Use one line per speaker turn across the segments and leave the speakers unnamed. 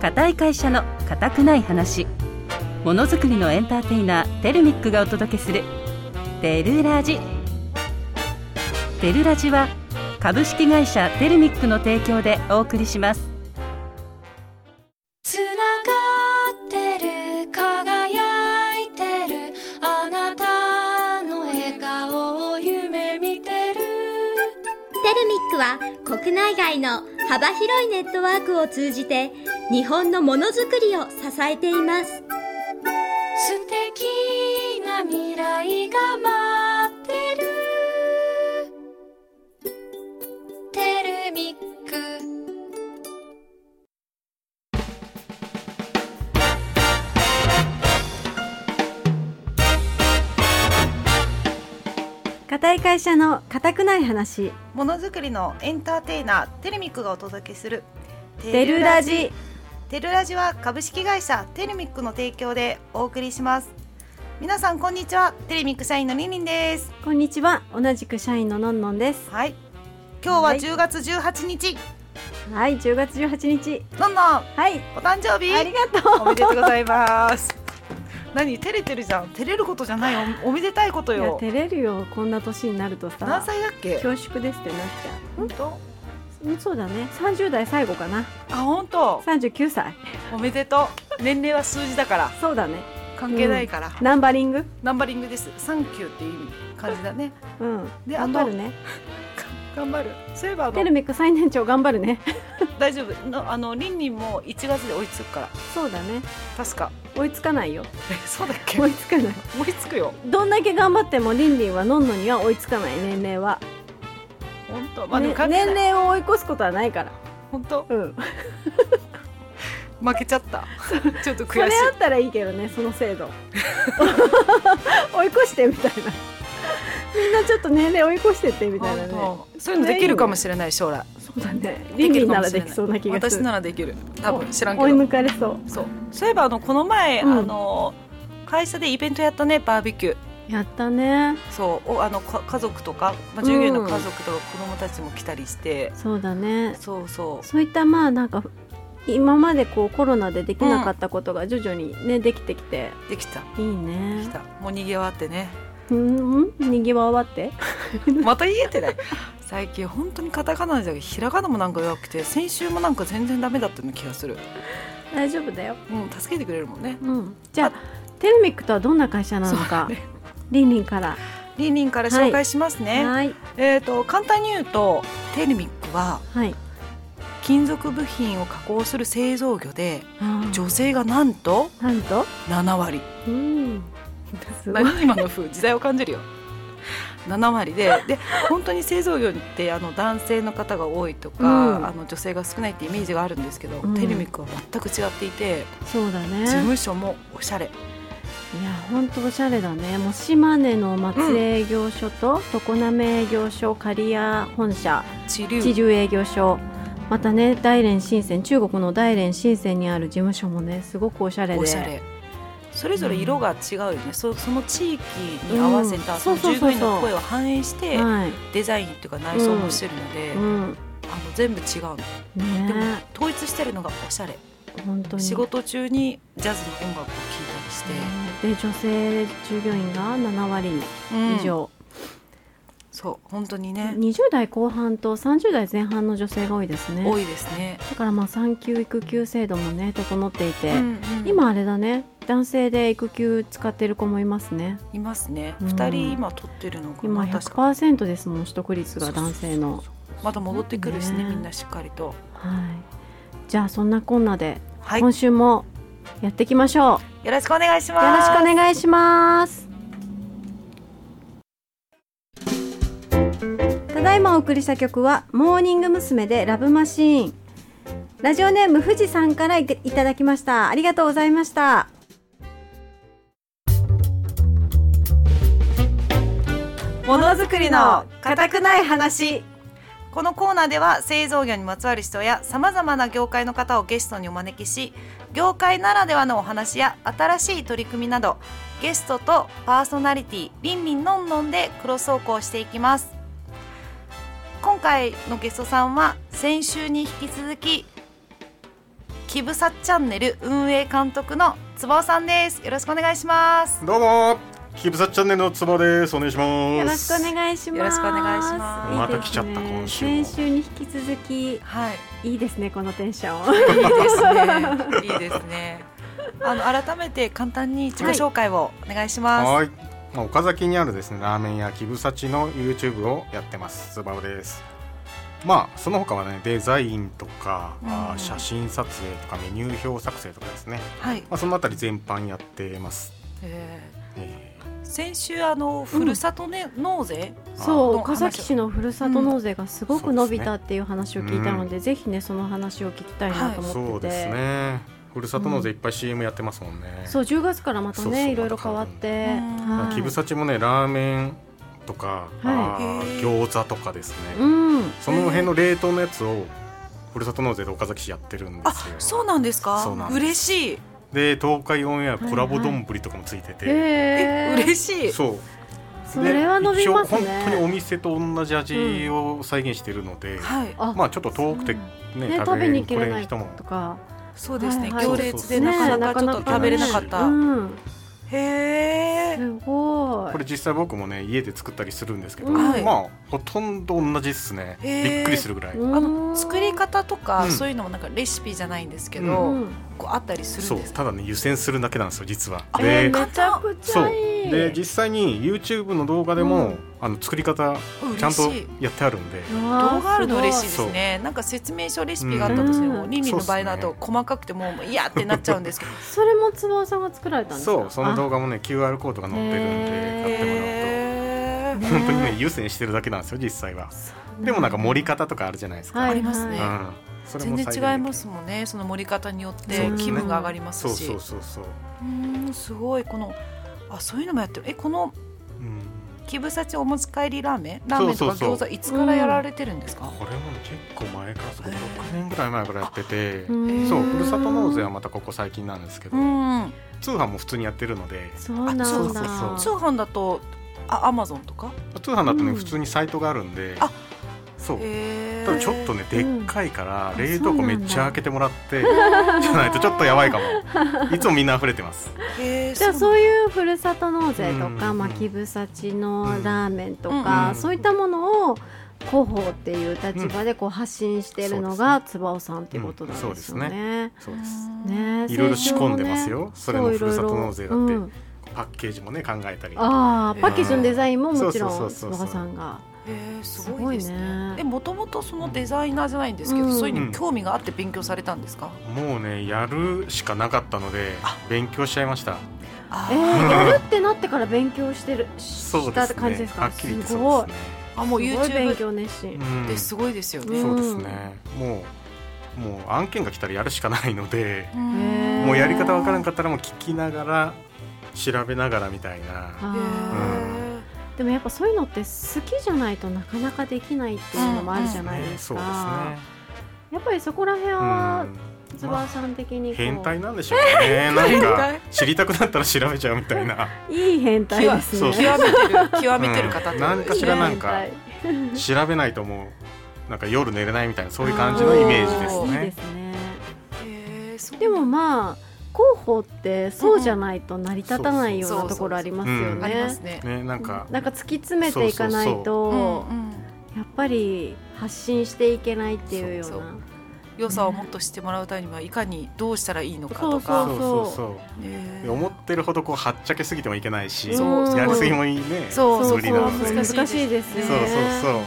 固い会社の固くない話ものづくりのエンターテイナーテルミックがお届けする「テルラジ」テルラジは株式会社テルミックの提供でお送りします
つながってる輝いてるあなたの笑顔を夢見てる
テルミックは国内外の幅広いネットワークを通じて日本のものづくりを支えています
素敵な未来が待ってるテルミック
固い会社の固くない話
ものづくりのエンターテイナーテルミックがお届けする
テルラジ
テルラジは株式会社テルミックの提供でお送りします皆さんこんにちはテルミック社員のりんりんです
こんにちは同じく社員ののんのんです
はい今日は
はい
10月18日、
はい10月18日
のんのん
はい
お誕生日
ありがとう
おめでとうございます何照れてるじゃん照れることじゃないおおめでたいこと
いや
よ
照れるよこんな年になるとさ
何歳だっけ
恐縮ですってなっちゃ
本当
ううんそうだね30代最後かな
あ本当
39歳
おめでとう年齢は数字だから
そうだね
関係ないから、
ナンバリング
ナンバリングですサンキューっていう意味感じだ ね
うん
で
頑張るね
頑張るそういえばあの
テルミック最年長頑張る ね
大丈夫のあのリンリンも1月で追いつくから
そうだね
確か
追いつかないよ
えそうだっけ
追
追
いつかない
いつくよ
どんだけ頑張ってもリンリンはのんのには追いつかない年齢は、
本当まあでも
ね
関係
年
ない
齢を追い越すことはないから
本当
うん
負けちゃったちょっと
それ
悔
あ
しい
ったらいいけどねその制度 追い越してみたいなみんなちょっと年齢追い越してってみたいなね
本当そういうのできるかもしれない将来
そうだね
で
リン
き
リ
る
ン
か
な
も
ら
しれ
で
ない
きそうな気がす
私
る
ならできる多分知らん
追
け
い
ど
抜かれそう
そうそういえばあのこの前、
うん
あの会社でイベントやったねバーベキュー
やったね
そうおあのか家族とか、まあ、従業員の家族とか子供たちも来たりして、
そうだね
そうそう
そういったまあなんか今までこうコロナでできなかったことが徐々にね、できてきて
できた
いい
でき
ね
たもう逃げわって ね
うんにぎわ終わって
また言えてない最近本当にカタカナじゃなくてひらがなもなんか弱くて先週もなんか全然ダメだったような気がする
大丈夫だよ、
うん助けてくれるもんね
うん、じゃあテルミックとはどんな会社なのか、
そうだね
リンリンから、
りんりんから紹介しますね、
はい
えっ、と簡単に言うとテルミックは
はい
金属部品を加工する製造業で
あー
女性がなんと
なんと
7割
うんすごい
何今の 風時代を感じるよ7割でで本当に製造業ってあの男性の方が多いとか、
うん
あの女性が少ないってイメージがあるんですけど、
うん
テルミックは全く違っていて
そうだね
事務所もおしゃれ
いや本当おしゃれだねもう島根の松江営業所と常滑営業所刈谷本社
地流
知立営業所またね大連深セン中国の大連深センにある事務所もねすごくおしゃれで
おしゃれそれぞれ色が違うよね、そその地域に合わせ
う
た
ん
その
そうそうそうそ
従
う
業員の声を反映して
はい、
デザインというか内装もしてるので、あ
う
の
ん、
全部違うのでも
ね
統一してるのがおしゃれ
本当に
仕事中にジャズの音楽を聴いたりして、
で女性従業員が7割
うん
以上、
そう本当にね
20代後半と30代前半の女性が多いですね
多いですね、
だからまあ産休育休制度もね整っていて、
うんうん
今あれだね男性で育休使ってる子もいますね
いますね、
うん
二2人今取ってるのか
今
な確か
100%ですもん取得率が男性の
また戻ってくるしね
ね
みんなしっかりと
はいじゃあそんなこんなで
はいよ
今週もやっていきましょ
ろしくお願いし
う、
ます
よろしくお願いしますただいまお送りした曲はモーニング娘。でラブマシーンラジオネーム富士さんからいただきましたありがとうございました
ものづくりの
固くない話
このコーナーでは製造業にまつわる人やさまざまな業界の方をゲストにお招きし業界ならではのお話や新しい取り組みなどゲストとパーソナリティりんりんのんのんでクロス走行していきます今回のゲストさんは先週に引き続きキブサチャンネル運営監督のつばおさんですよろしくお願いします
どうもキブサチャンネルのつばですお願いします
よろしくお願いします。
よろしくお願いします
また来ちゃった今週も
先週に引き続き
はい
いいですねこのテンション。
いいですねいいですねあの改めて簡単に自己紹介をお願いします、
はい、まあ、岡崎にあるですねラーメン屋キブサチの YouTube をやってますつばおですまあその他はねデザインとか、
うん
あー写真撮影とかメニュー表作成とかですね、
はい、
まあ、そのあたり全般やってます、
え
え
ー先週あのふるさとね、納税
ー
そう
あ
岡崎市のふるさと納税がすごく伸びたっていう話を聞いたので、ぜひねその話を聞きたいな
あ
と思ってて、
そうですねふるさと納税いっぱい CM やってますもんね、
そう10月からまたね
そうそう
いろいろ変わって、
うん
まあ
はい
キブサチもねラーメンとか、あー
へー
餃子とかですね、
うん
その辺の冷凍のやつをふるさと納税で岡崎市やってるんで
あ
すよ
そうなんですか
そうなんです
嬉しい
で東海オンエアコラボ丼とかもついてて、
へ
え
ー
嬉しい
そう
それは伸びます
で一応本当にお
ね
店と同じ味を再現しているので、
はい
あ
まあちょっと遠くてね
ね食べに行けないとか、
そうですね、
はい
行列で
そう
な
そうそう
かなかちょっと食べれなかった、
うん、
へえ
すごい
これ実際僕もね家で作ったりするんですけど、
はい
まあほとんど同じっすね、
へー
びっくりするぐらい、
あの作り方とか、
うん
そういうのもなんかレシピじゃないんですけ
と
ど、
うん
こうあったりする
そ
ん
う
ですか
ただね湯煎するだけなんですよ実は
あ
で
ー
めちゃくち
そう
ゃいい
で実際に YouTube の動画でも、
うん
あの作り方
嬉しい
ちゃんとやってあるんで
うわー
動画あるの嬉しいですすねなんか説明書レシピがあったとしても、
うん
リンリンの場合だ
そう
と
っすね
細かくてもういやってなっちゃうんですけど
ごいそれもつばおさんが作られたんですか
そうその動
画
画もね QR コードが載ってるん
へー
でやってもらう
へ
と
ー
本当にね湯煎してるだけなんですよ実際はでもなんか盛り方とかあるじゃないですか、
はい
ありますね、
うん、それ
全
も再現できる
然違いますもんねその盛り方によっ
そう
て
ですね
気分が上がります
そう
し
そうそうそう、
うーんすごいこのあそういうのもやってるえこの
うん、
キブサチお持ち帰りラーメンラーメンとか
そうそうそ
餃子いつからやられてるんですか、
これもね結構前からそう6年ぐらい前からやってて、
ん
そうふるさと納税はまたここ最近なんですけど、
うん
通販も普通にやってるので
そうなんだ
あそう
そうそう
通販だとあアマゾンとか
通販だとね、
うん
普通にサイトがあるんで
あ
そう
へー
ただちょっとね でっかいから冷凍庫めっちゃ開けてもらって
じ
じゃないとちょっとやばい かもいつもみんな溢れてます
へー
じゃあ
そう
そういうふるさと納税とか、
うん
まあ、キブサチのラーメンと
う
か、
んうん
そういったものを広報っていう立場でこう発信しているのがつばおさんっていうことなんですよね。
そうです
ね
いろいろ仕込んでますよそれもふるさと納税だって
そういろいろうん
パッケージもね考えたり
ああパッケージのデザインももち
そ
ろ
うんそ
つ
うそう
ば
そう
おさんが。
へーすごいです
すごい
ね
ね
えもともとそのデザイナーじゃないんですけど、
うん
そういうのに興味があって勉強されたんですか、
もうねやるしかなかったので勉強しちゃいました
あ
え
ー
ー、やるってなってから勉強してる
そ
し
うで
た
すね
感じです
は
か
っきり言って
す
そ
ご
う
い
ですね
あもう
すごい勉
YouTube
強熱心。
うん
ってすごいですよね、
そうですねもうもう案件が来たらやるしかないので
うん
へー
もうやり方わからんかったらもう聞きながら調べながらみたいな
あ
へ
ー
ー
でもやっぱそういうのって好きじゃないとなかなかできないっていうのもあるじゃないです
そう
か。
ですね
やっぱりそこら辺
う
は
ん
ズバさん的にこう
変態なんでしょう ねなん
変
か
態
知りたくなったら調べちゃうみたいない
い変態ですね。
そうそう
極めてる極めてる方ってこと
うんなん
で
か
す
し
ね
らなんか調べないともうなんか夜寝れないみたいなそういう感じのイメージです
お
いいで
ね
すね。
へーそう
でもまあ広報ってそうじゃないと成り立たないようなところありますよ
うん
ありま
ね
す。ね
ねなんか
なんか突き詰めていかないと
うんうん
やっぱり発信していけないっていうよう
そうそ
な。
良さをもっと知ってもらうためにはいかにどうしたらいいのかと
そ
か
う
そう
そうそう
へ
で
ー
思ってるほどこうはっちゃけすぎてもいけないし
そうそう
やりすぎもいいね
そう
そ
そうう
無
そ
理
う
なので
難しいですね。
そうそうそう
う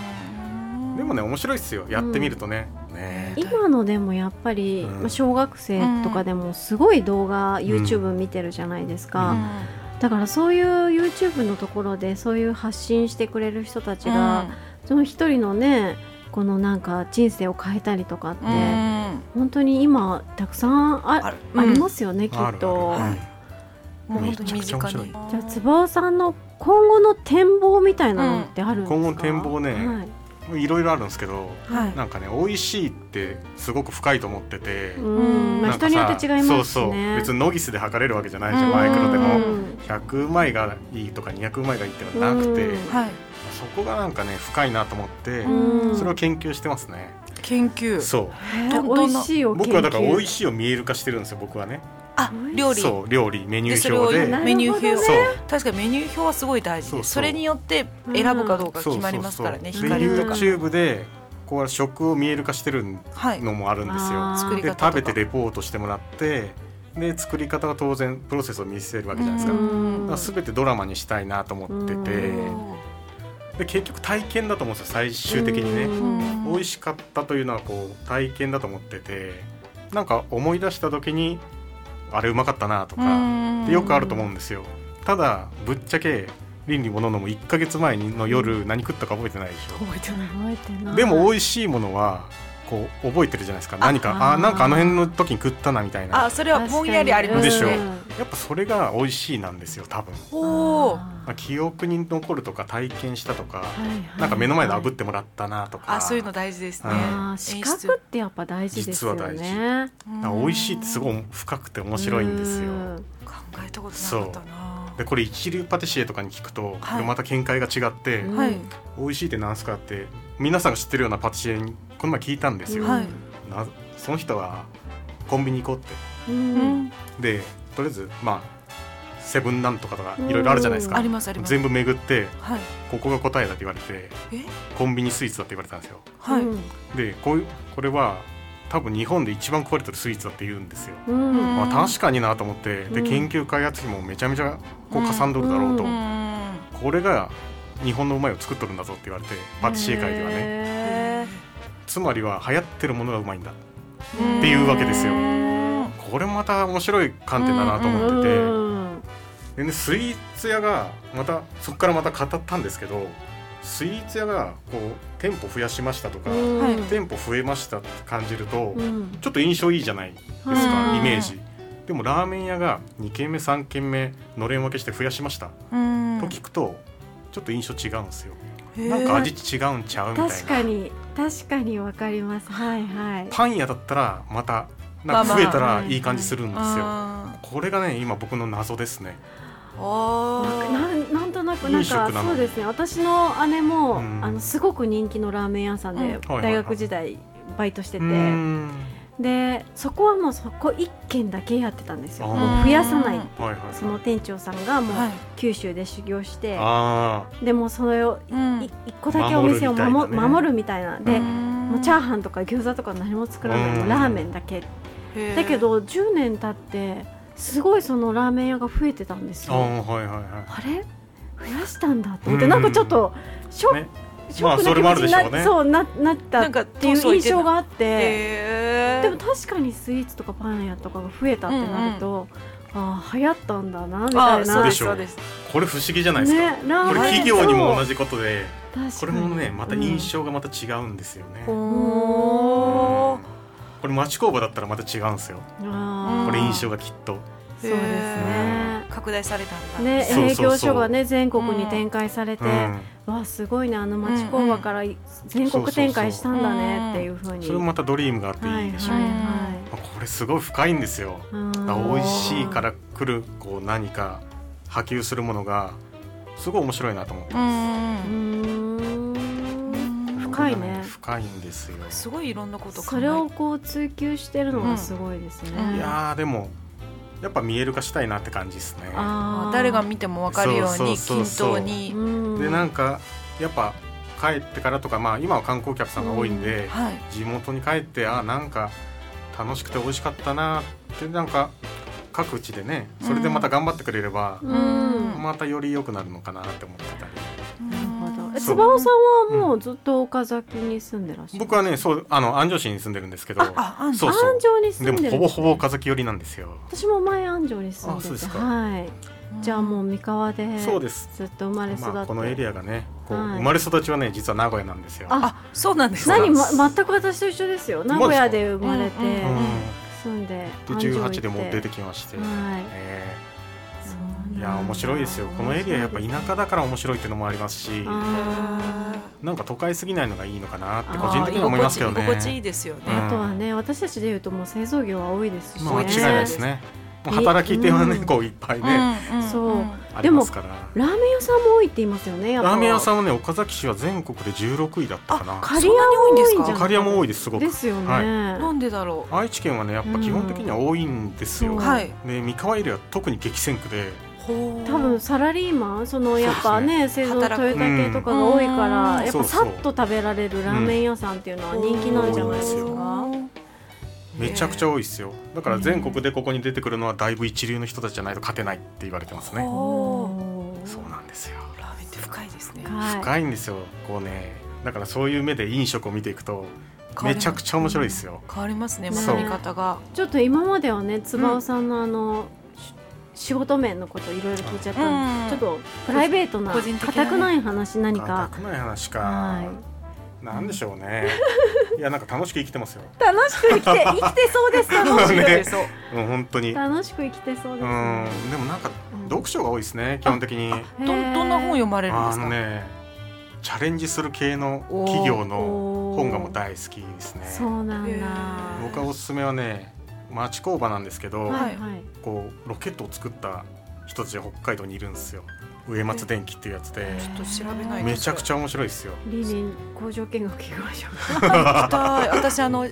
ん
でもね面白いっすよやってみるとねね
今のでもやっぱり、
うん
まあ、小学生とかでもすごい動画、YouTube 見てるじゃないです
う
か、
ん
だからそういう YouTube のところでそういう発信してくれる人たちが、その一人のねこのなんか人生を変えたりとかって、
うんうん
本当に今たくさんあ
ある
ありますよね、き
あ
っ
る
と。
ある
もう本当に身近に
めちゃくち
じゃあつばおさんの今後の展望みたいなのってあるんですか、
うん今後の展望ね
はい
うんいろいろあるんですけど
はい
なんかね美味しいってすごく深いと思ってて
うんま
な
あ、
んか
人
さ
によって違いますしね
そうそう別にノギスで測れるわけじゃないじゃん
うん
マイクロで
も
も
うん
100枚がいいとか200枚がいいってのはなくて
うん
はい
そこがなんかね深いなと思って
うん
それを研究してますね。
研究
そう
へ
ど
ー
どん
美
な
味しいを研究
僕はだから美味しいを見える化してるんですよ僕はね
あ料理
そう料理メニ
で
ュ
そ
ー
れを
表で
なるほどね
メニュー表を
そう
確かにメニュー表はすごい大事で
そうそう
それによって選ぶかどうか決まりますからね
そうそうそう
光
で
とか
YouTube でこう食を見える化してる
はい
のもあるんですよ、
あー
作り
で
方とか
食べてレポートしてもらってで作り方は当然プロセスを見せるわけじゃないですか,、
う
だ
ん
から全てドラマにしたいなと思ってて、
うん
で結局体験だと思うんですよ最終的に
う
ね、
ん
美味しかったというのはこう体験だと思っててなんか思い出した時にあれうまかったなとか、
うん
でよくあると思うんですよただぶっちゃけ倫理もののも1ヶ月前の夜何食ったか覚えてないでしょ、
覚えてない
覚えてない
でも美味しいものはこう覚えてるじゃないですか何かあ
あー
なんかあの辺の時に食ったなみたいな
あそれはぼんやりありますね
でしょ
うん
やっぱそれが美味しいなんですよ多分
おお
あ
記憶に残るとか体験したとか、
ーはいはい
なんか目の前で炙ってもらったなとか
あそういうの大事ですね
うん
あー視覚ってやっぱ大事ですよね
実はなんか美味しいってすご
い
い深くて面白いんですよ
うん
考えたことなかったな
でこれ一流パティシエとかに聞くと、
はい
でまた見解が違って、
うん
はい
美味しいって何すかって皆さんが知ってるようなパティシエにこの前聞いたんですよ、
はい
なその人はコンビニ行こうって
うん
うん
でとりあえずまあセブンなんとかとかいろいろあるじゃないです
あ
か
りますあります
全部巡って
はい
ここが答えだって言われて
え
コンビニスイーツだって言われたんですよ
はい
うん
でこういうこれは多分日本で一番食われてるスイーツだって言うんですよ、
うん
うん
まあ、確かになと思ってで
うん
研究開発費もめちゃめちゃこうかさんどるだろうと、
う
うん
これが日本のうまいを作っとるんだぞって言われてパティシエ界ではね
ね
つまりは流行ってるものがうまいんだ
うん
っていうわけですよ
うん
これもまた面白い観点だなと思ってて、でねスイーツ屋がまたそこからまた語ったんですけどスイーツ屋がこう店舗増やしましたとか、
はい
店舗増えましたって感じると、
うん
ちょっと印象いいじゃないですか、
うん
イメージでもラーメン屋が2軒目3軒目のれん分けして増やしました、
うん
と聞くとちょっと印象違うんですよ、
へー
なんか味違うんちゃうみたいな
確かに確かにわかりますはいはい
パン屋だったらまたなんか増えたらいい感じするんですよ、
あ
これがね今僕の謎ですね
ーあ
なんか
ー
なんなんとなくなん
飲食
か
なの
そうですね私の姉も、
うん
あのすごく人気のラーメン屋さん
うん
で、
はいはい
大学時代バイトして
う
て、
ーん
でそこはもうそこ一軒だけやってたんですよ
あー
もう増やさな
はい
い
はいはい
その店長さんがもう
はい
九州で修行して、
あ
でもそれを
うん
い一個だけお店を守
守るみたいなね
守るみたいなで、もうチャーハンとか餃子とか何も作らない、
うん
ラーメンだけ
へー
だけど10年経ってすごいそのラーメン屋が増えてたんです
ああ
よ
ーはいはいは
あれ増やしたんだと思って、
うん
なんかちょっとショ,、
ね
ショ
まあ
ックな気持
それもある
ち
でし
にな,、
ょうね
そうななった
な
っ
んか
ていう印象があって、
へー
でも確かにスイーツとかパン屋とかが増えたってなると、ああ流行ったんだなみ
あ
たい
ーそう
な
で
で
し
し
ょ
ょ
うです
いこれ不思議じゃないですか、
ねラーメ
こ
ン
れ企業にも同じことで
そ
こ
う
れもねまた印、象がまた違うんですよね、
おー
これ町工場だったらまた違うんですよ
確かにうんあー
これ印象がきっと
そうですね。
拡大されたんだ
ね、
そう
営
そうそう
業所がね全国に展開されて、
うん
わあすごいねあの町工場から全国展開したんだねっていうふうに、
それもまたドリームがあって
はい
い
いはい
でしょ、
は
まあこれすごい深いんですよ
いうん
だから美味しいから来るこう何か波及するものがすごい面白いなと思って
う
うんーん深いね
深いんですよ
すごいいろんなこと考
そ
え
れをこう追求してるのがすごいですね、
うん
いやーでもやっぱ見える化したいなって感じですね
あー
誰が見ても分かるように
そうそうそう
均
そう
等に
うん
でなんかやっぱ帰ってからとかまあ今は観光客さんが多いんで、
はい
地元に帰ってあなんか楽しくて美味しかったなってなんか各地でねそれでまた頑張ってくれれば、
うん
またより良くなるのかなって思ってたり
なるほどえ
そ
つ
う
ばおさんはもうずっと岡崎に住んでらっしゃる
僕はねそうあの安城市に住んでるんですけど
ああん
そう
安城に
で
住んでるん
も
です
ほぼほ
ね
ぼ岡崎寄りなんですよ
私も前安城に住ん
あそう
で
で
て
すか
はいじゃあも
う
う三河で
そうです
ずっと生まれ育って、
まあこのエリアがねこう
はい
生まれ育ちはね実は名古屋なんですよ
あ
あそうなんです
何、
そうな
ま、
んです
全く私と一緒ですよ名古屋で生まれて
うん
う
うん
住んで
で
安城行っ
18でもう出てきまして、
は
え
い
ーいや面白いですよこのエリアやっぱ田舎だから面白いっていうのもありますし
あー
なんか都会すぎないのがいいのかなって
あー
個人的には思いますけどね
居心地居心地いいですよね
うん
あとはね私たちちでいうともう製造業は多いですし
ま
ね
あ間違いないですねもう働き手はね、
うん
こういっぱいね、
うんうん
そう
うん
ありますから
ラーメン屋さんも多いって言いますよねやっぱ
ラーメン屋さんはね岡崎市は全国で16位だったかな
カリアも多いんじゃない
あ
刈谷も多いですすごく
ですよね、
はい
なんでだろ
愛知県はねやっぱ基本的には多いんですよ、
うん
う。
そう
はい。
で三河エリアは特に激戦区で
ほう
多分サラリーマンそのやっぱね製造トヨタ
働く
系とかが多いから、
うん
やっ
そ
ぱ
う
さ
そう
っと食べられるラーメン屋さんっていうのは人気なんじゃないです
う
か、
めちゃくちゃ多いですよだから全国でここに出てくるのはだいぶ一流の人たちじゃないと勝てないって言われてますね
おー
そうなんですよ
ラーメンって深いですね。
は
深いんですよこうねだからそういう目で飲食を見ていくと
変わ
め
ります
ちゃくちゃ面白いですよ
変わりますね、
そう
学び方が。
い、ちょっと今まではねつばおさんのあの、し仕事面のこといろいろ聞いちゃったんで、
うん
ちょっとプライベートな
個人的なね
固くない話何か
くない話か、
は
なんでしょう ねいやなんか楽しく生きてますよ
楽しく生きて生きてそうです楽し
ね
そうですそう
うん本当にうんで
楽しく生きてそうで
も
す、ね、
なんか読書が多いですね基本的に
どんどんな本読まれるんで
あ
す
の
か。
ねチャレンジする系の企業の本がもう
だ
大好きですね
そうなんだ
へー
僕はおすすめはね町工場なんですけど、
は
はいはい
こうロケットを作った人たちが北海道にいるんですよ植松電機っていうやつで
ちょっと調べないと。
めちゃくち
ゃ。
ゃ面白いですよ
リリン工場見学行きましょう
行きたい私あの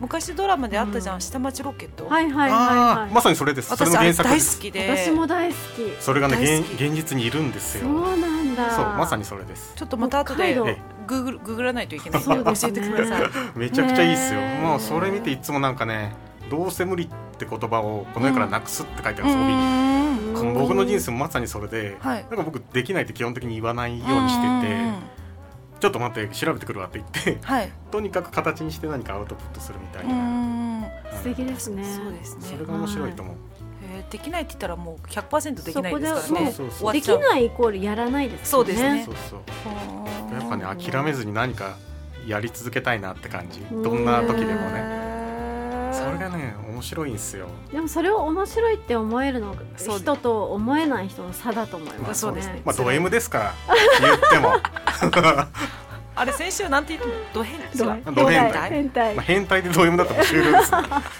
昔ドラマであったじゃん、下町ロケット。
はいはい
あ
はい
ー
は
まさにそれですそれ
私
の
あれ
原作
大
で
好
す
き
い。
で。
私も大好
それがね
大好
現
き
現実にいるんです
き。
よ
そうなんだ。
そうまさに。それです
ちょっとまた後で
北
海道
グーグルググらないといけないん
そう
で
で
教
す
え
ね
て ください。
めちゃくちゃいいですよ
へー
もうそれ見ていつもなんかねどうせ無理って言葉をこの世からなくすって書いてあるんです、帯に
ん
うん
僕の人生もまさにそれで、
はい
なんか僕できないって基本的に言わないようにしてて、
うんうんうん
ちょっと待って調べてくるわって言って
はい。
とにかく形にして何かアウトプットするみたいうな、
ん。
うん
素敵ですね。
そうですね
それ。が面白いと思う、
えーできないって言ったらもう100%できないです
そ
か
こ
ら
で
ね。
そう
終わっ
で
ち
き
ゃう
ないイコールやらないです
そ
よね。
うですね
そうそう
うん
やっぱね諦めずに何かやり続けたいなって感じ
ん
どんな時でもね
へー
それがね面白いんですよ
でもそれを面白いって思えるのが
そう
人と思えない人の差だと思い
ま
ま
あ
す。
そうですね
まあド M ですから言っても
あれ先週なんて言ってもド 変ですよ。
ド変態
変態
まあ。変態でド M だったら終了ですね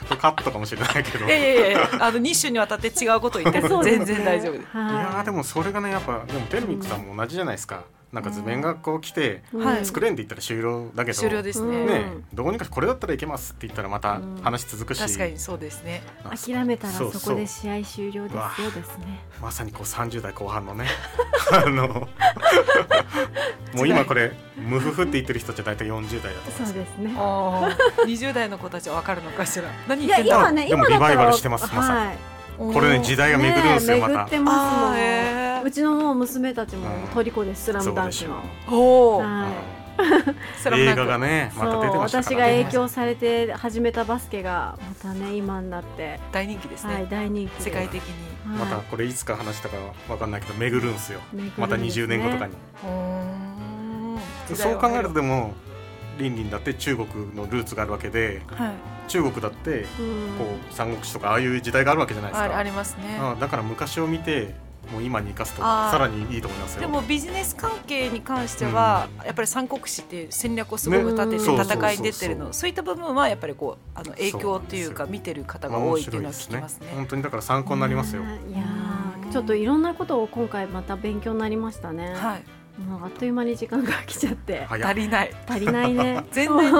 これカットかもしれないけど
いやいやいやあの2週にわたって違うこと言ってる
そうです
全
ね
然大丈夫です。
はい
いやーでもそれがねやっぱでもテルミックさんも同じじゃないですか、なんか図面がこう来て、
うん
はい
作れんって言ったら終了だけど
終了ですね。
うん
ねどうにかこれだったらいけますって言ったらまた話続くし、
確かにそうですね。
あそう
諦めたら
そう
そこで
そう
試合終了で
う
すよ
わ
ですね。
まさにこう30代後半の ねあのもう今これムフフって言ってる人たちは大体40代だと思うん
そうですね。
ああ、20代の子たちはわかるのかしら。何
い
言っ
や
てんだろ
今
う。
ね
でも
今だったら
リバイバルしてますまさに
はい
これね時代が巡るんですよ、
ねえ
ま
巡って
た
ますも
あー
ん。
へ
うちのもう娘たちも
うん
虜です、スラムダン
で
ク
しょう
の。
ーおお、
は
スラムダ
映
ンク
画がね
い、
また出てました
そ
か
う私が
ら
影
ね
響されて始めたバスケがまたね今になって、
大人気ですね。
はい大人気で
世界的に。
はい
またこれいつか話したかわかんないけど巡るんですよ
巡るんです
ま
ね
た20年後とかに
うーん
そう考えると。でもリンリンだって中国のルーツがあるわけで
はい。
中国だって
うん
こう三国志とかああいう時代があるわけじゃないです
あ
か
ありますね。
あだから昔を見てもう今に生かすと
あー
さらにいいと思いますよ
でもビジネス関係に関しては、やっぱり三国志っていう戦略をすごく立てて
ね
戦い
そ
に出てる
うそうそうそ
の
う
そういった部分はやっぱりこうあの影響っていう
そうな
か
んですよ
見てる方
まあ
が
面
多いってい
白い
うの
で
は
す
聞き
ね
ますね。
本当にだから参考になりますよ
いやーちょっといろんなことを今回また勉強になりましたね、
はい、
もうあっという間に時間が来ちゃって
早
足
い
りない
足りないね
全然全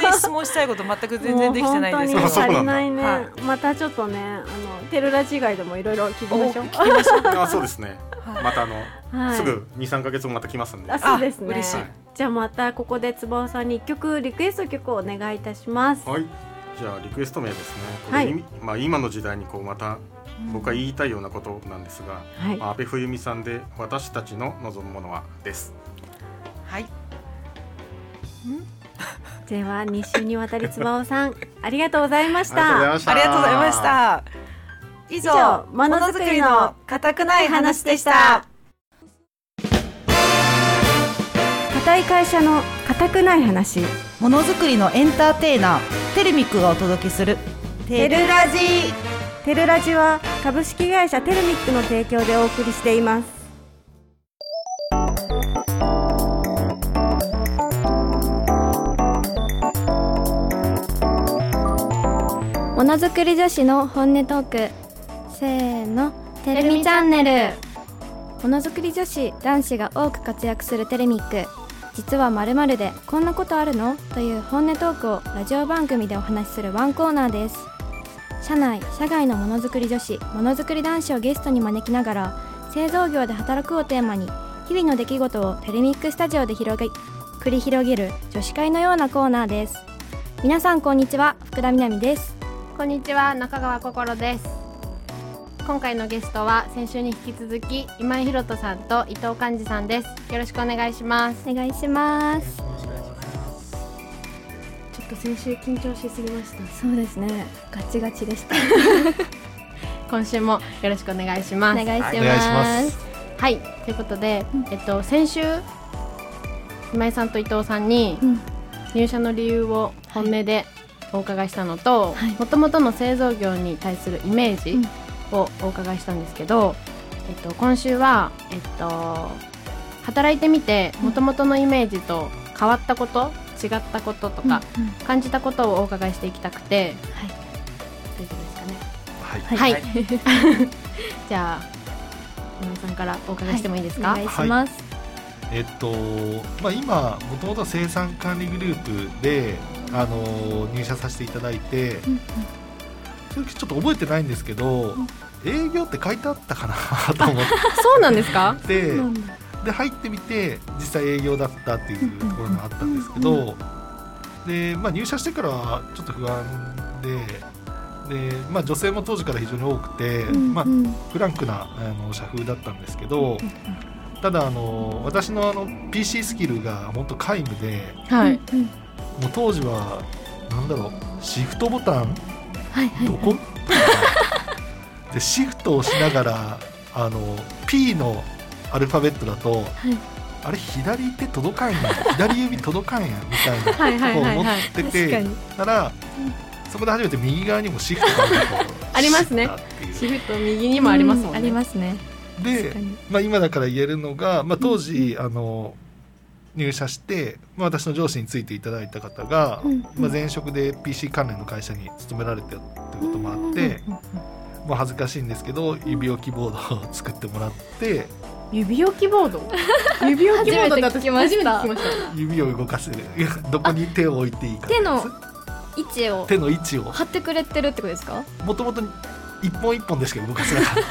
然質問したいこと全く全然できてないです
もう
あ
本当
そう
に
な
足り
んだ
ないね、
は
またちょっとねあのテルラ以外でもいろいろ聞き
お
ま
聞
しょう
きましょう
あそうですね
はい
またあの、
はい
すぐ二三ヶ月後また来ますんで
あそうですね
あ嬉しい
じゃあまたここでつばおさんに一曲リクエスト曲をお願いいたします
はいじゃあリクエスト名ですねこれ、
はい
いまあ、今の時代にこうまた僕が言いたいようなことなんですが、
はい
まあ、安倍冬美さんで「私たちの望むものは」です
はい
では2週にわたりつばおさんありがとうございまし
ありがとうございま
た
した
ありがとうございました以
以上
上
ものづくりの
固くない話でし
話で
た
固い会社の固くない話
ものづくりのエンターテイナーテルミックがお届けするテルラジ
テルラジは株式会社テルミックの提供でお送りしています
ものづくり女子の本音トークせーのてるみチャンネルものづくり女子男子が多く活躍するテレミック実はまるでこんなことあるのという本音トークをラジオ番組でお話しするワンコーナーです社内社外のものづくり女子ものづくり男子をゲストに招きながら製造業で働くをテーマに日々の出来事をテレミックスタジオで広げ繰り広げる女子会のようなコーナーです皆さんこんにちは福田みなみです
こんにちは中川心です今回のゲストは先週に引き続き今井博人さんと伊藤寛二さんですよろしくお願いします
お願いします
ちょっと先週緊張しすぎました
そうですねガチガチでした
今週もよろしくお願いし
お
ます
願いします,、
お願いします
はいということで、えっと先週今井さんと伊藤さんに
うん
入社の理由を本音でお伺いしたのと
はい
もともとの製造業に対するイメージをお伺いしたんですけど、えっと、今週は、えっと、働いてみてもともとのイメージと変わったこと違ったこととか、
うんうん
感じたことをお伺いしていきたくて大
はい
丈夫ですかね
はい
はい じゃあ今井さんからお伺いしてもいいですか、
お願いします、
えっとまあ、今、もともと生産管理グループで、あの入社させていただいて、
うんうん
正直ちょっと覚えてないんですけど、営業って書いてあったかなと思っ
そうなんですか
て
なんだ
で入ってみて実際営業だったっていうところがあったんですけど、でまあ、入社してからはちょっと不安でで、まあ、女性も当時から非常に多くて、
うん
まあ
う、ん
フランクなあの社風だったんですけど、ただあの私のあの PC スキルが本当皆無で
はい
うん
もう当時はなんだろうシフトボタン
はいはい
どこでシフトをしながらあの P のアルファベットだと、
い
あれ左手届かんやん左指届かんやんみたいな
はいはい
とこ
はい
を思
は
っ
い
て
確か
て
に
たらそこで初めて右側にもシフトがあることを
ありますね
知ったっていう
シフト右にもありますもんね、
ありますね
で
確かに、
まあ、今だから言えるのが、まあ、当時、あの入社して、まあ、私の上司についていただいた方が、
うん
まあ、前職で PC 関連の会社に勤められてたってこともあって、まあ、恥ずかしいんですけど指置きボードを作ってもらって
指置きボー ド指置きボードだ
初めて聞きました
初めて聞きました
指を動かせるどこに手を置いていいか
手の位置を
手の位置を
貼ってくれてるってことですか
もともと一本一本でしか動かせなかっ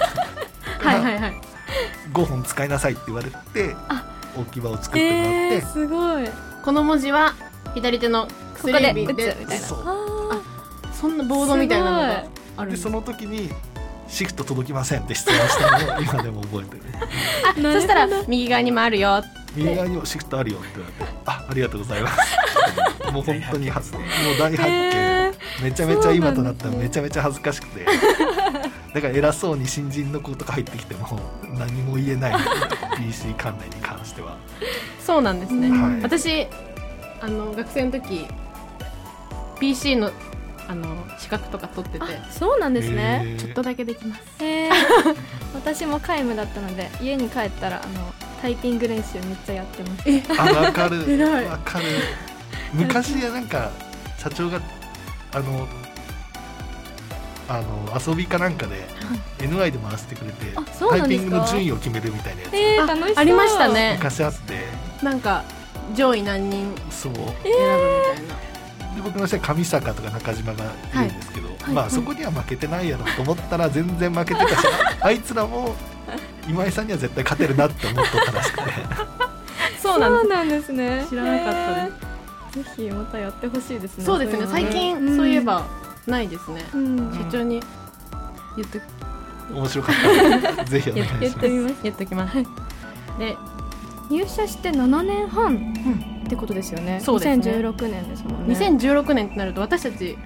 た
はいはいはい
5本使いなさいって言われて置き場を作ってもらって、
すごいこ
この文字は左手の
こ
薬
で打つ
指
みたい
で
な
そう
あ
そんなボードみたいなのがあるん
で
です
その時に「シフト届きません」って質問したのを 今でも覚えてる
あそしたら右側にもあるよ
右側にも「シフトあるよ」って言われて「あありがとうございます」もう本当にはもう大発見、めちゃめちゃ今となったらめちゃめちゃ恥ずかしく てだから偉そうに新人の子とか入ってきても何も言えない PC 関連に関しては、
そうなんですね、
はい
私あの学生の時 PC のあの資格とか取ってて
そうなんですね、
えー
ちょっとだけできます
へえ 私も皆無だったので家に帰ったらあのタイピング練習めっちゃやってます
あわか る
偉い
わかる昔なんか社長があのあの遊びかなんかで NI で回してくれて
あそう
タ
な
イピ
んで
ング
すか
の順位を決めるみたいなやつ、
えー、楽しそう
ありましたね
昔あって
なんか上位何人
そうで
選ぶみたいな、
僕の下に上坂とか中島がいるんですけど、
い
ま
は
あ
い
そこには負けてないやろと思ったら全然負けてた しあいつらも今井さんには絶対勝てるなって思っとったらしくて
そうなんで
そ
す
うなんですね
知らなかった
です、ぜひまたやってほしいですね
そうですね
い
最
の
近そういえばないですね、
うん
社長に言っと
面白かったのでぜひお願いし
言
ま
っ
す
てみます
言っときます、で
入社して7年半ってことですよね、
そうですね
2016年ですもんね
2016年ってなると私たち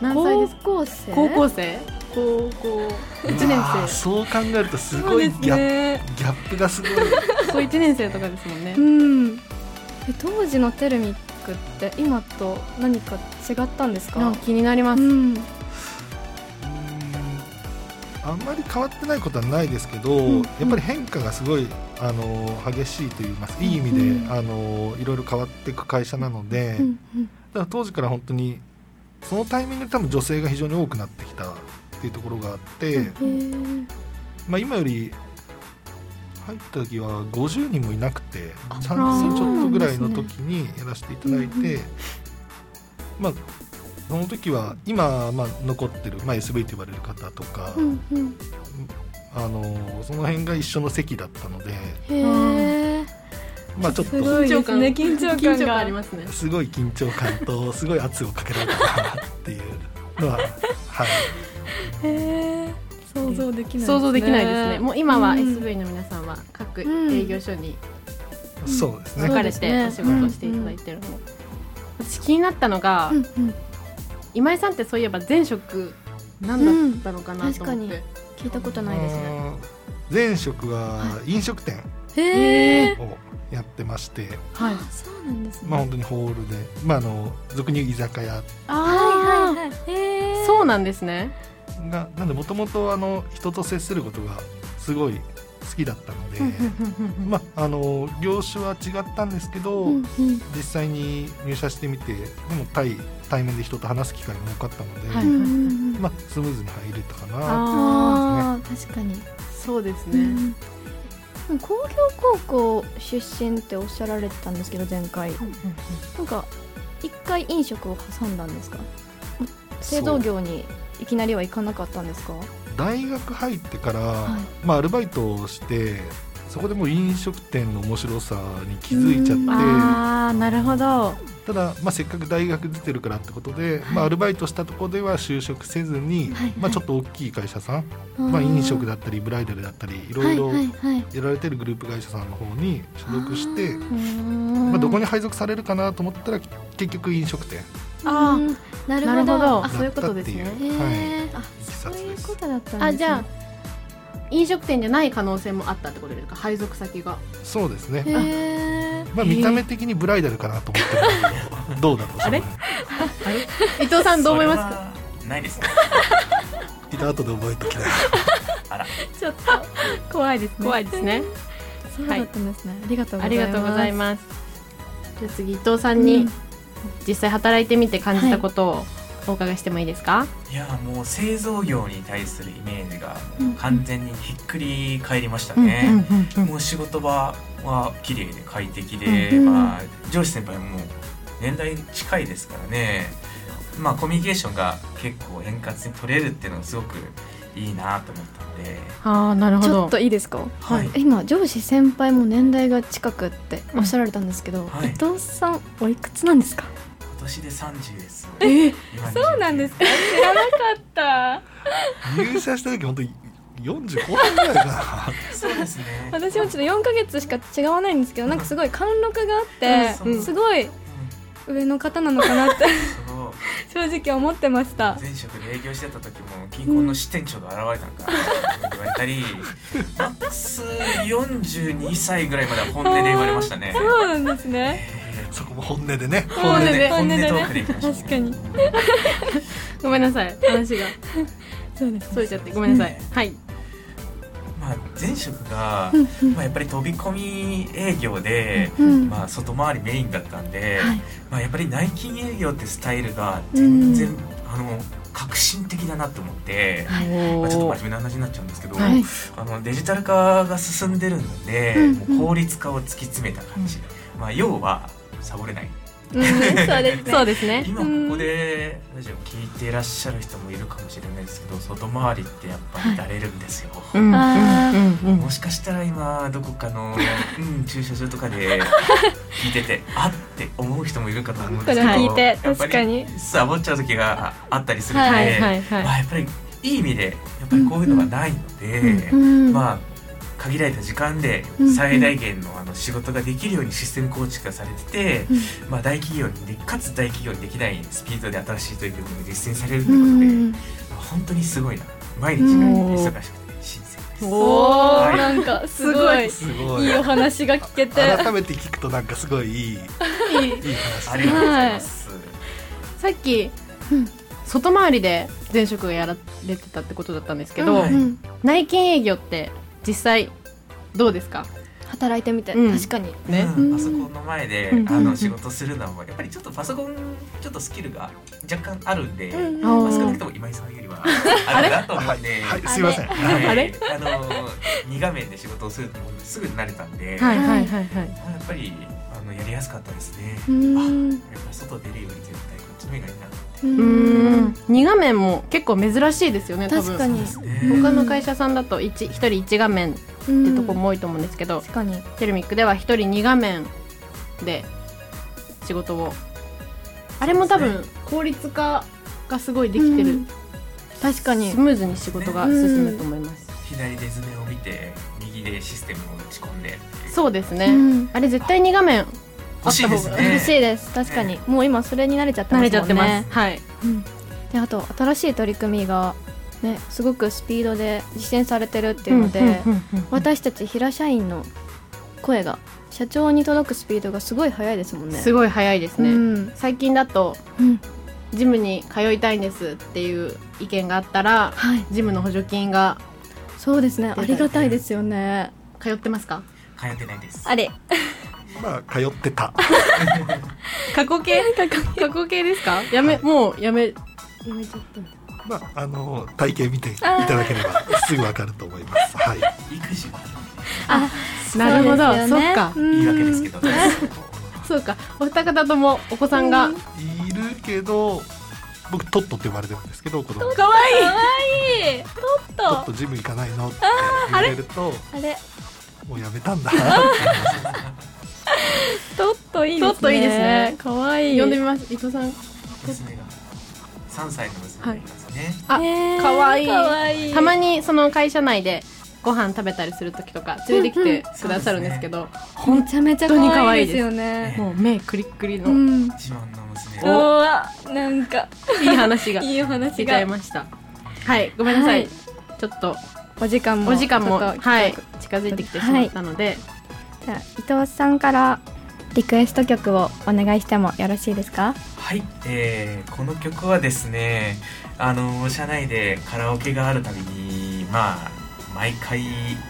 何歳
高
ですか
校生
高校生高校1
う
年
わー
生
そう考えるとすごいギャップ
ね
ギャップがすごい。
高1年生とかですもんね
うんえ当時のテルミックって今と何か違ったんですか
なんか気になりま
う
す、
ん
あんまり変わってないことはないですけど、
んうん
やっぱり変化がすごいあの激しいといいますいい意味で、
うん
あのいろいろ変わっていく会社なので、
うんうん
だから当時から本当にそのタイミングで多分女性が非常に多くなってきたっていうところがあって、まあ、今より入った時は50人もいなくて30ちょっとぐらいの時にやらせていただいて、まあその時は今、まあ、残ってる、まあ、SB と呼ばれる方とか、あのその辺が一緒の席だったので、
へえ。
まあ、ちょっと
ごいですね緊張感が
ありますね。
すごい緊張感とすごい圧をかけられたなっていうのは、はい、
へえ。想像できない、
想像できないですね。もう今は SV の皆さんは各営業所に
そうですね
分かれてお仕事していただいてるの。私気になったのが、今井さんってそういえば前職何だったのかなと思って。
聞いたことないですね。
うん前職は飲食店
へえ。
をやってまして、
はい。
そうなんですね。
まあ本当にホールで、まあ、あの俗に言う居酒屋
あ
はいはい。へ
あ、
え。
そうなんですね。
がなんでもともとあの人と接することがすごい好きだったので、まああの業種は違ったんですけど、
うんうん。
実際に入社してみてでも対対面で人と話す機会も多かったので、
は
う
い
んうんうん。
まあ、スムーズに入れたかな
あ
ああ確かに。
あ、そうです
う
ね。
んでも工業高校出身っておっしゃられてたんですけど前回なんか一回飲食を挟んだんですか製造業にいきなりは行かなかったんですか
大学入ってから、
い
まあ、アルバイトをしてそこでもう飲食店の面白さに気づいちゃって。
ああ、なるほど。
ただ、まあ、せっかく大学出てるからってことで、まあ、アルバイトしたとこでは就職せずに、まあ、ちょっと大きい会社さん、まあ、飲食だったりブライダルだったりいろいろ
はいはいはい
やられてるグループ会社さんの方に所属して
うーん
まあ、どこに配属されるかなと思ったら結局飲食店
あ
うんなる
なる
ほ
ほ
ど
ど。
あ
あ、そういうことですね
だったっ。て
へ
いう
えあ
いきさ
そう
つ
い
で
う
す
ことだったんですね
あ、じゃあ飲食店じゃない可能性もあったってことですか。配属先が。
そうですね、
へえ
まあ、見た目的にブライダルかなと思ってるんだけどどうだろう
あれ
その辺
伊藤さんどう思いますか。
かないですね
いた後で覚えておきな
ちょっと怖いですね。怖いですね。
そうだったんですねありがとうご
あ
ざ
り
います
がとうございます。じゃあ次伊藤さんに実際働いてみて感じたことをお伺いしてもいいですか。
いやもう製造業に対するイメージが
うんうん
完全にひっくり返りました
うんうん
ね、
うん
もう仕事場は綺麗で快適で、
うん
まあ、上司先輩も年代近いですからね、まあ、コミュニケーションが結構円滑に取れるっていうのがすごくいいなと思ったんで、
ああ、なるほ
ちょ
ど
っ。といいですか
はい、
今上司先輩も年代が近くっておっしゃられたんですけど、
はい
伊藤さんおいくつなんですか
今年で30です。
そうなんですか知らなかった
入社した時本当に40後半ぐらいかな
そうですね。
私もちょっと4ヶ月しか違わないんですけどなんかすごい貫禄があって、
うん
すごい上の方なのかなって
うんそう
正直思ってました
前職で営業してた時も銀行の支店長が現れたんかって言われたり、マックス42歳ぐらいまでは本音で言われましたね。
そうなんですね
そこも本音でね
本音で本
本音
音
でね
トークでいきましょう
確かに
ごめんなさい。話が
そうです
それちゃってごめんなさい。はい。
まあ、前職が、まあ、やっぱり飛び込み営業で、
ん
まあ、外回りメインだったんで、
はい
まあ、やっぱり内勤営業ってスタイルが全然、あの革新的だなと思って、まあ、ちょっと真面目な話になっちゃうんですけど、
はい
あのデジタル化が進んでるんで、
うんうん
もう効率化を突き詰めた感じ、まあ、要はサボれない
うんそうですね
そうですね。
今ここでラジオ聞いていらっしゃる人もいるかもしれないですけど外回りってやっぱりだれるんですよ。
うん
あ
うんうんうん
もしかしたら今どこかの、うん、駐車場とかで聞いて てあって思う人もいるかと思うんですけど
これ聞いて
やっぱり
確かに
サボっちゃう時があったりするので、
はいはいは
まあ、やっぱりいい意味でやっぱりこういうのがないので、
うん
まあ限られた時間で最大限のあの仕事ができるようにシステム構築がされてて、まあ、大企業にでかつ大企業にできないスピードで新しい取り組みが実践されると
う
いうことで、
ん
まあ本当にすごいな毎日が忙しくて新鮮です。
い。
お
お
ー
はい
なんかすごい
すご
い
い
いお話が聞けて
改めて聞くとなんかすごいいいいい話
ありがとうございます。
さっき、外回りで前職がやられてたってことだったんですけど、
はい
うん
内勤営業って実際どうですか
働いてみて、
うん
確かに
ね、
うん
うん
パソコンの前で、
うん
あ
うん
の仕事するのはやっぱりちょっとパソコンちょっとスキルが若干あるんで、
うん
まあ、
あー
少なくとも今井さんよりは あれだと思うんで、
はいはいすいません
はい
あ
れ
あの二画面で仕事をするともうすぐ慣れたんで、
はい
や
はいはいはい
っぱりあのやりやすかったですね。
う
あ
ー
やっぱ外出るより絶対こっちの方がいいな。
うーん2画面も結構珍しいですよね多分
確かに
他の会社さんだと 1, 人1画面っていうとこも多いと思うんですけど、
確かに
テルミックでは1人2画面で仕事をあれも多分効率化がすごいできてる、
確かに
スムーズに仕事が進むと思います、
左で図面を見て右でシステムを打ち込んで
そうですね、
うん
あれ絶対2画面あった方が
嬉しいです確かにもう今それに慣れちゃってますもんね
はい
うんであと新しい取り組みがねすごくスピードで実践されてるっていうので、
うんうんうんうん
私たち平社員の声が社長に届くスピードがすごい速いですもんね
すごい早いですね、
うん
最近だと、
うん
ジムに通いたいんですっていう意見があったら、ジムの補助金が
そうですねありがたいですよね
通ってますか
通ってないです
あれ
まあ通ってた
過去形過去形ですかやめもうやめやめちゃった
まああの体型見ていただければすぐわかると思いますはい
育児
あなるほど
そうです
そ
よ
っ
ね
か
うん言い訳です
けど
そうかお二方ともお子さんが
いるけど僕トットって呼ばれてるんですけど子供に
かわいい
愛いい
ト
ト
ッ
ッ
ト
ト
ジム行かないのって
あー
言
あ
わ
れ
れると
あれ
もうやめたんだ
トットいいですね
トットいいですね
かわいい
呼んでみます伊藤さん
娘が三歳の娘がいますね、
あ、
えー
かわいい
かわいい
たまにその会社内でご飯食べたりする時とか連れてきてくださるんですけど、
めちゃめちゃ
本当に可
可
愛
愛
い
い
で
ですすよね
もう目クリックリの、
うん
自慢の娘
うわなんか
いい話が
いいお話が
聞かれました はいごめんなさい、
はい
ちょっと
お時間も
お時間も
ちょっと
はい近づいてきてしまったので、
じゃあ伊藤さんからリクエスト曲をお願いしてもよろしいですか
はい、えーこの曲はですねあの社内でカラオケがあるたびにまあ毎回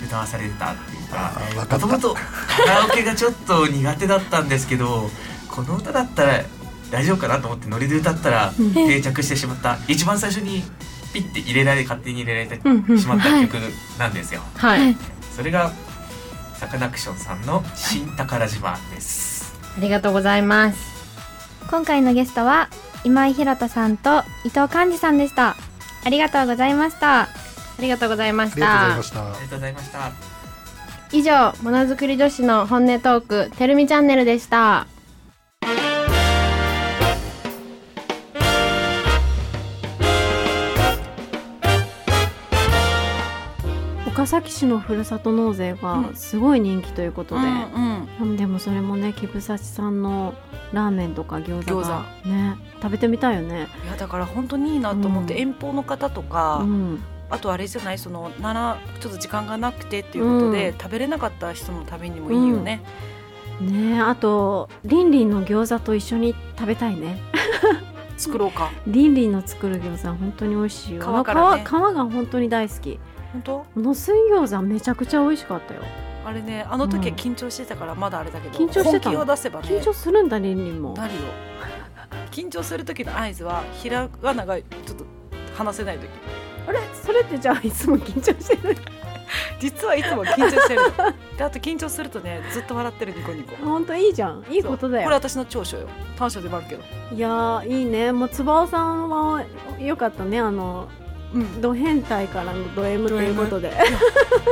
歌わされてたっていうかもともとカラオケがちょっと苦手だったんですけどこの歌だったら大丈夫かなと思ってノリで歌ったら
うん
定着してしまった一番最初にピッて入れられ勝手に入れられ
うんうんうん
てしまった曲なんですよ。
はい、
それがサカナクションさんの「新宝島」です。
ありがとうございます
今回のゲストは今井ひろさんと伊藤寛二さんでしたありがとうございました
ありがとうございま
あ
し
りがとうござい
た
ました
ありがとうございました。
以上ものづくり女子の本音トークてるみチャンネルでした
岡崎市のふるさと納税がすごい人気ということで、でもそれもねキブサチさんのラーメンとか餃子がね食べてみたいよね
いやだから本当にいいなと思って、
うん
遠方の方とか、
うん
あとあれじゃないそのなちょっと時間がなくてっていうことで、
うん
食べれなかった人のためにもいいよね、
ねあとリンリンの餃子と一緒に食べたいね
作ろうか
リンリンの作る餃子は本当に美味しいよ
皮からね
皮皮が本当に大好き
本当
の水餃子めちゃくちゃ美味しかったよ
あれねあの時は緊張してたからまだあれだけど、
緊張してた
本気を出せばね
緊張するんだリンリンも
なるよ緊張する時の合図はひらがながちょっと話せない時
あれそれってじゃあいつも緊張してる
実はいつも緊張してるのであと緊張するとねずっと笑ってるニコニコ
本当いいじゃんいいことだ
こ
よ
れ私の長所よ短所でもあるけど
いやーいいねもうつばおさんはよかったねあの、ド変態からのド M ということで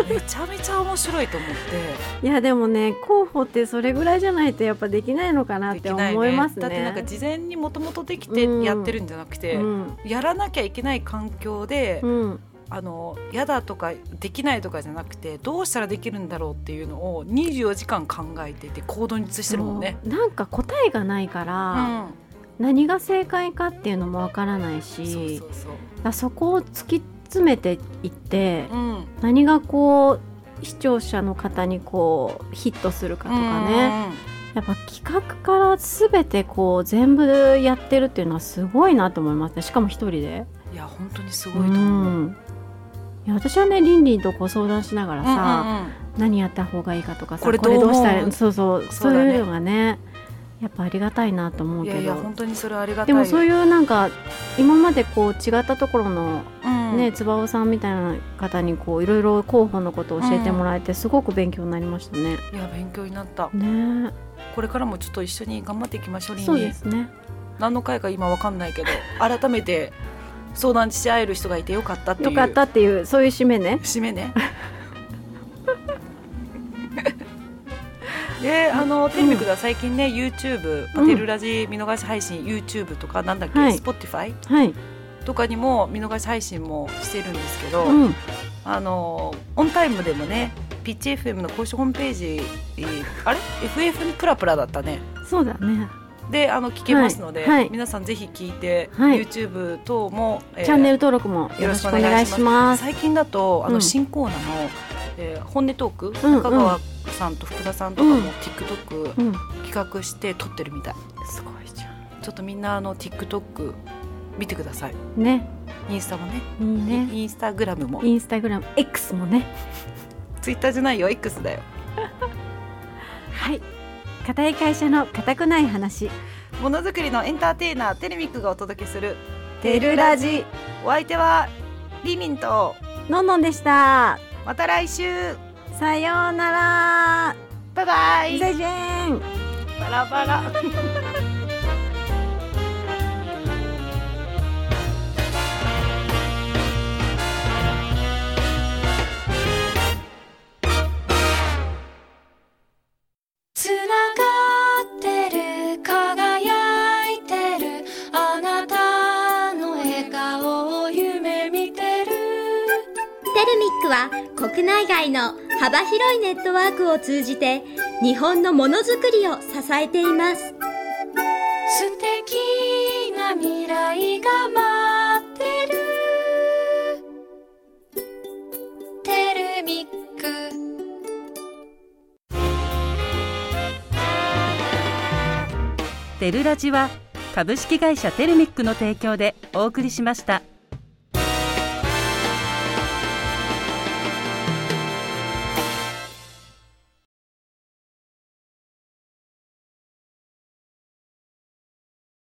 めちゃめちゃ面白いと思って
いやでもね候補ってそれぐらいじゃないとやっぱできないのかなって
できない
思います
だ
ね
ってなんか事前にもともとできて
うん
やってるんじゃなくて、
うん
やらなきゃいけない環境で、
うん
あのやだとかできないとかじゃなくてどうしたらできるんだろうっていうのを24時間考えてて行動に移してるもんね。
そうなんか答えがないから、何が正解かっていうのもわからないし
そうそう
だからそこを突き詰めていって、
うん
何がこう視聴者の方にこうヒットするかとかね、やっぱ企画から全てこう全部やってるっていうのはすごいなと思いますねしかも一人で。
いや本当にす
う
ごいと思う。
んいや私はねりんりんとこう相談しながら
う
さ、
んうんうん
何やった方がいいかとかさ
これどう
ど
思う
うしたらそうそう
そ
そうう
だね
いうのがねやっぱありがたいなと思う
いや
けど
いや本当にそれはありがた
で
い
もそういううなんか今までこう違ったところの、
うん
ねつばおさんみたいな方にこういろいろ候補のことを教えてもらえてすごく勉強になりましたね。
いや勉強になった、
ね
これからもちょっと一緒に頑張っていきましょうリンリン
そうですね。
何の回か今わかんないけど改めて相談し合える人がいてよかったっていう
よかったっていうそういう締めね。
締め ね。であの天竺では最近ね YouTube パテルラジ見逃し配信、YouTube とかなんだっけ、
はい
Spotify
はい。
とかにも見逃し配信もしてるんですけど、
うん。
あのオンタイムでもねピッチ FM の公式ホームページえーあれ FF にプラプラだったね
そうだね。
であの聞けますので、
はいはい
皆さんぜひ聞いて、
はい
YouTube 等も、えー
チャンネル登録もよ
よ
ろ
ろ
し
し
く
く
お
お
願
願
い
い
し
し
ま。
ます最近だとあ
う
の
ん
新コーナーの、えー本音トーク、
んうん
中川さんと福田さんとか
うん
も TikTok
うん
企画して撮ってるみたい、
すごいじゃ
ちょっとみんなあの TikTok 見てください
ん。ね。
インスタもね
いいね。
インスタグラムも
インスタグラム X もね。
ツイッターじゃないよ X だよ
はい。固い会社の固くない話。
ものづくりのエンターテイナーテレミックがお届けする
テルラジ
お相手はリミンと
のんのんでした
また来週
さようなら
バイバイ
じゃじゃん
バラバラ
つながってる輝いてるあなたの笑顔を夢見てる
テルミックは国内外の幅広いネットワークを通じて日本のものづくりを支えています
素敵な未来が待ってるテルミック
テルラジは株式会社テルミックの提供でお送りしました。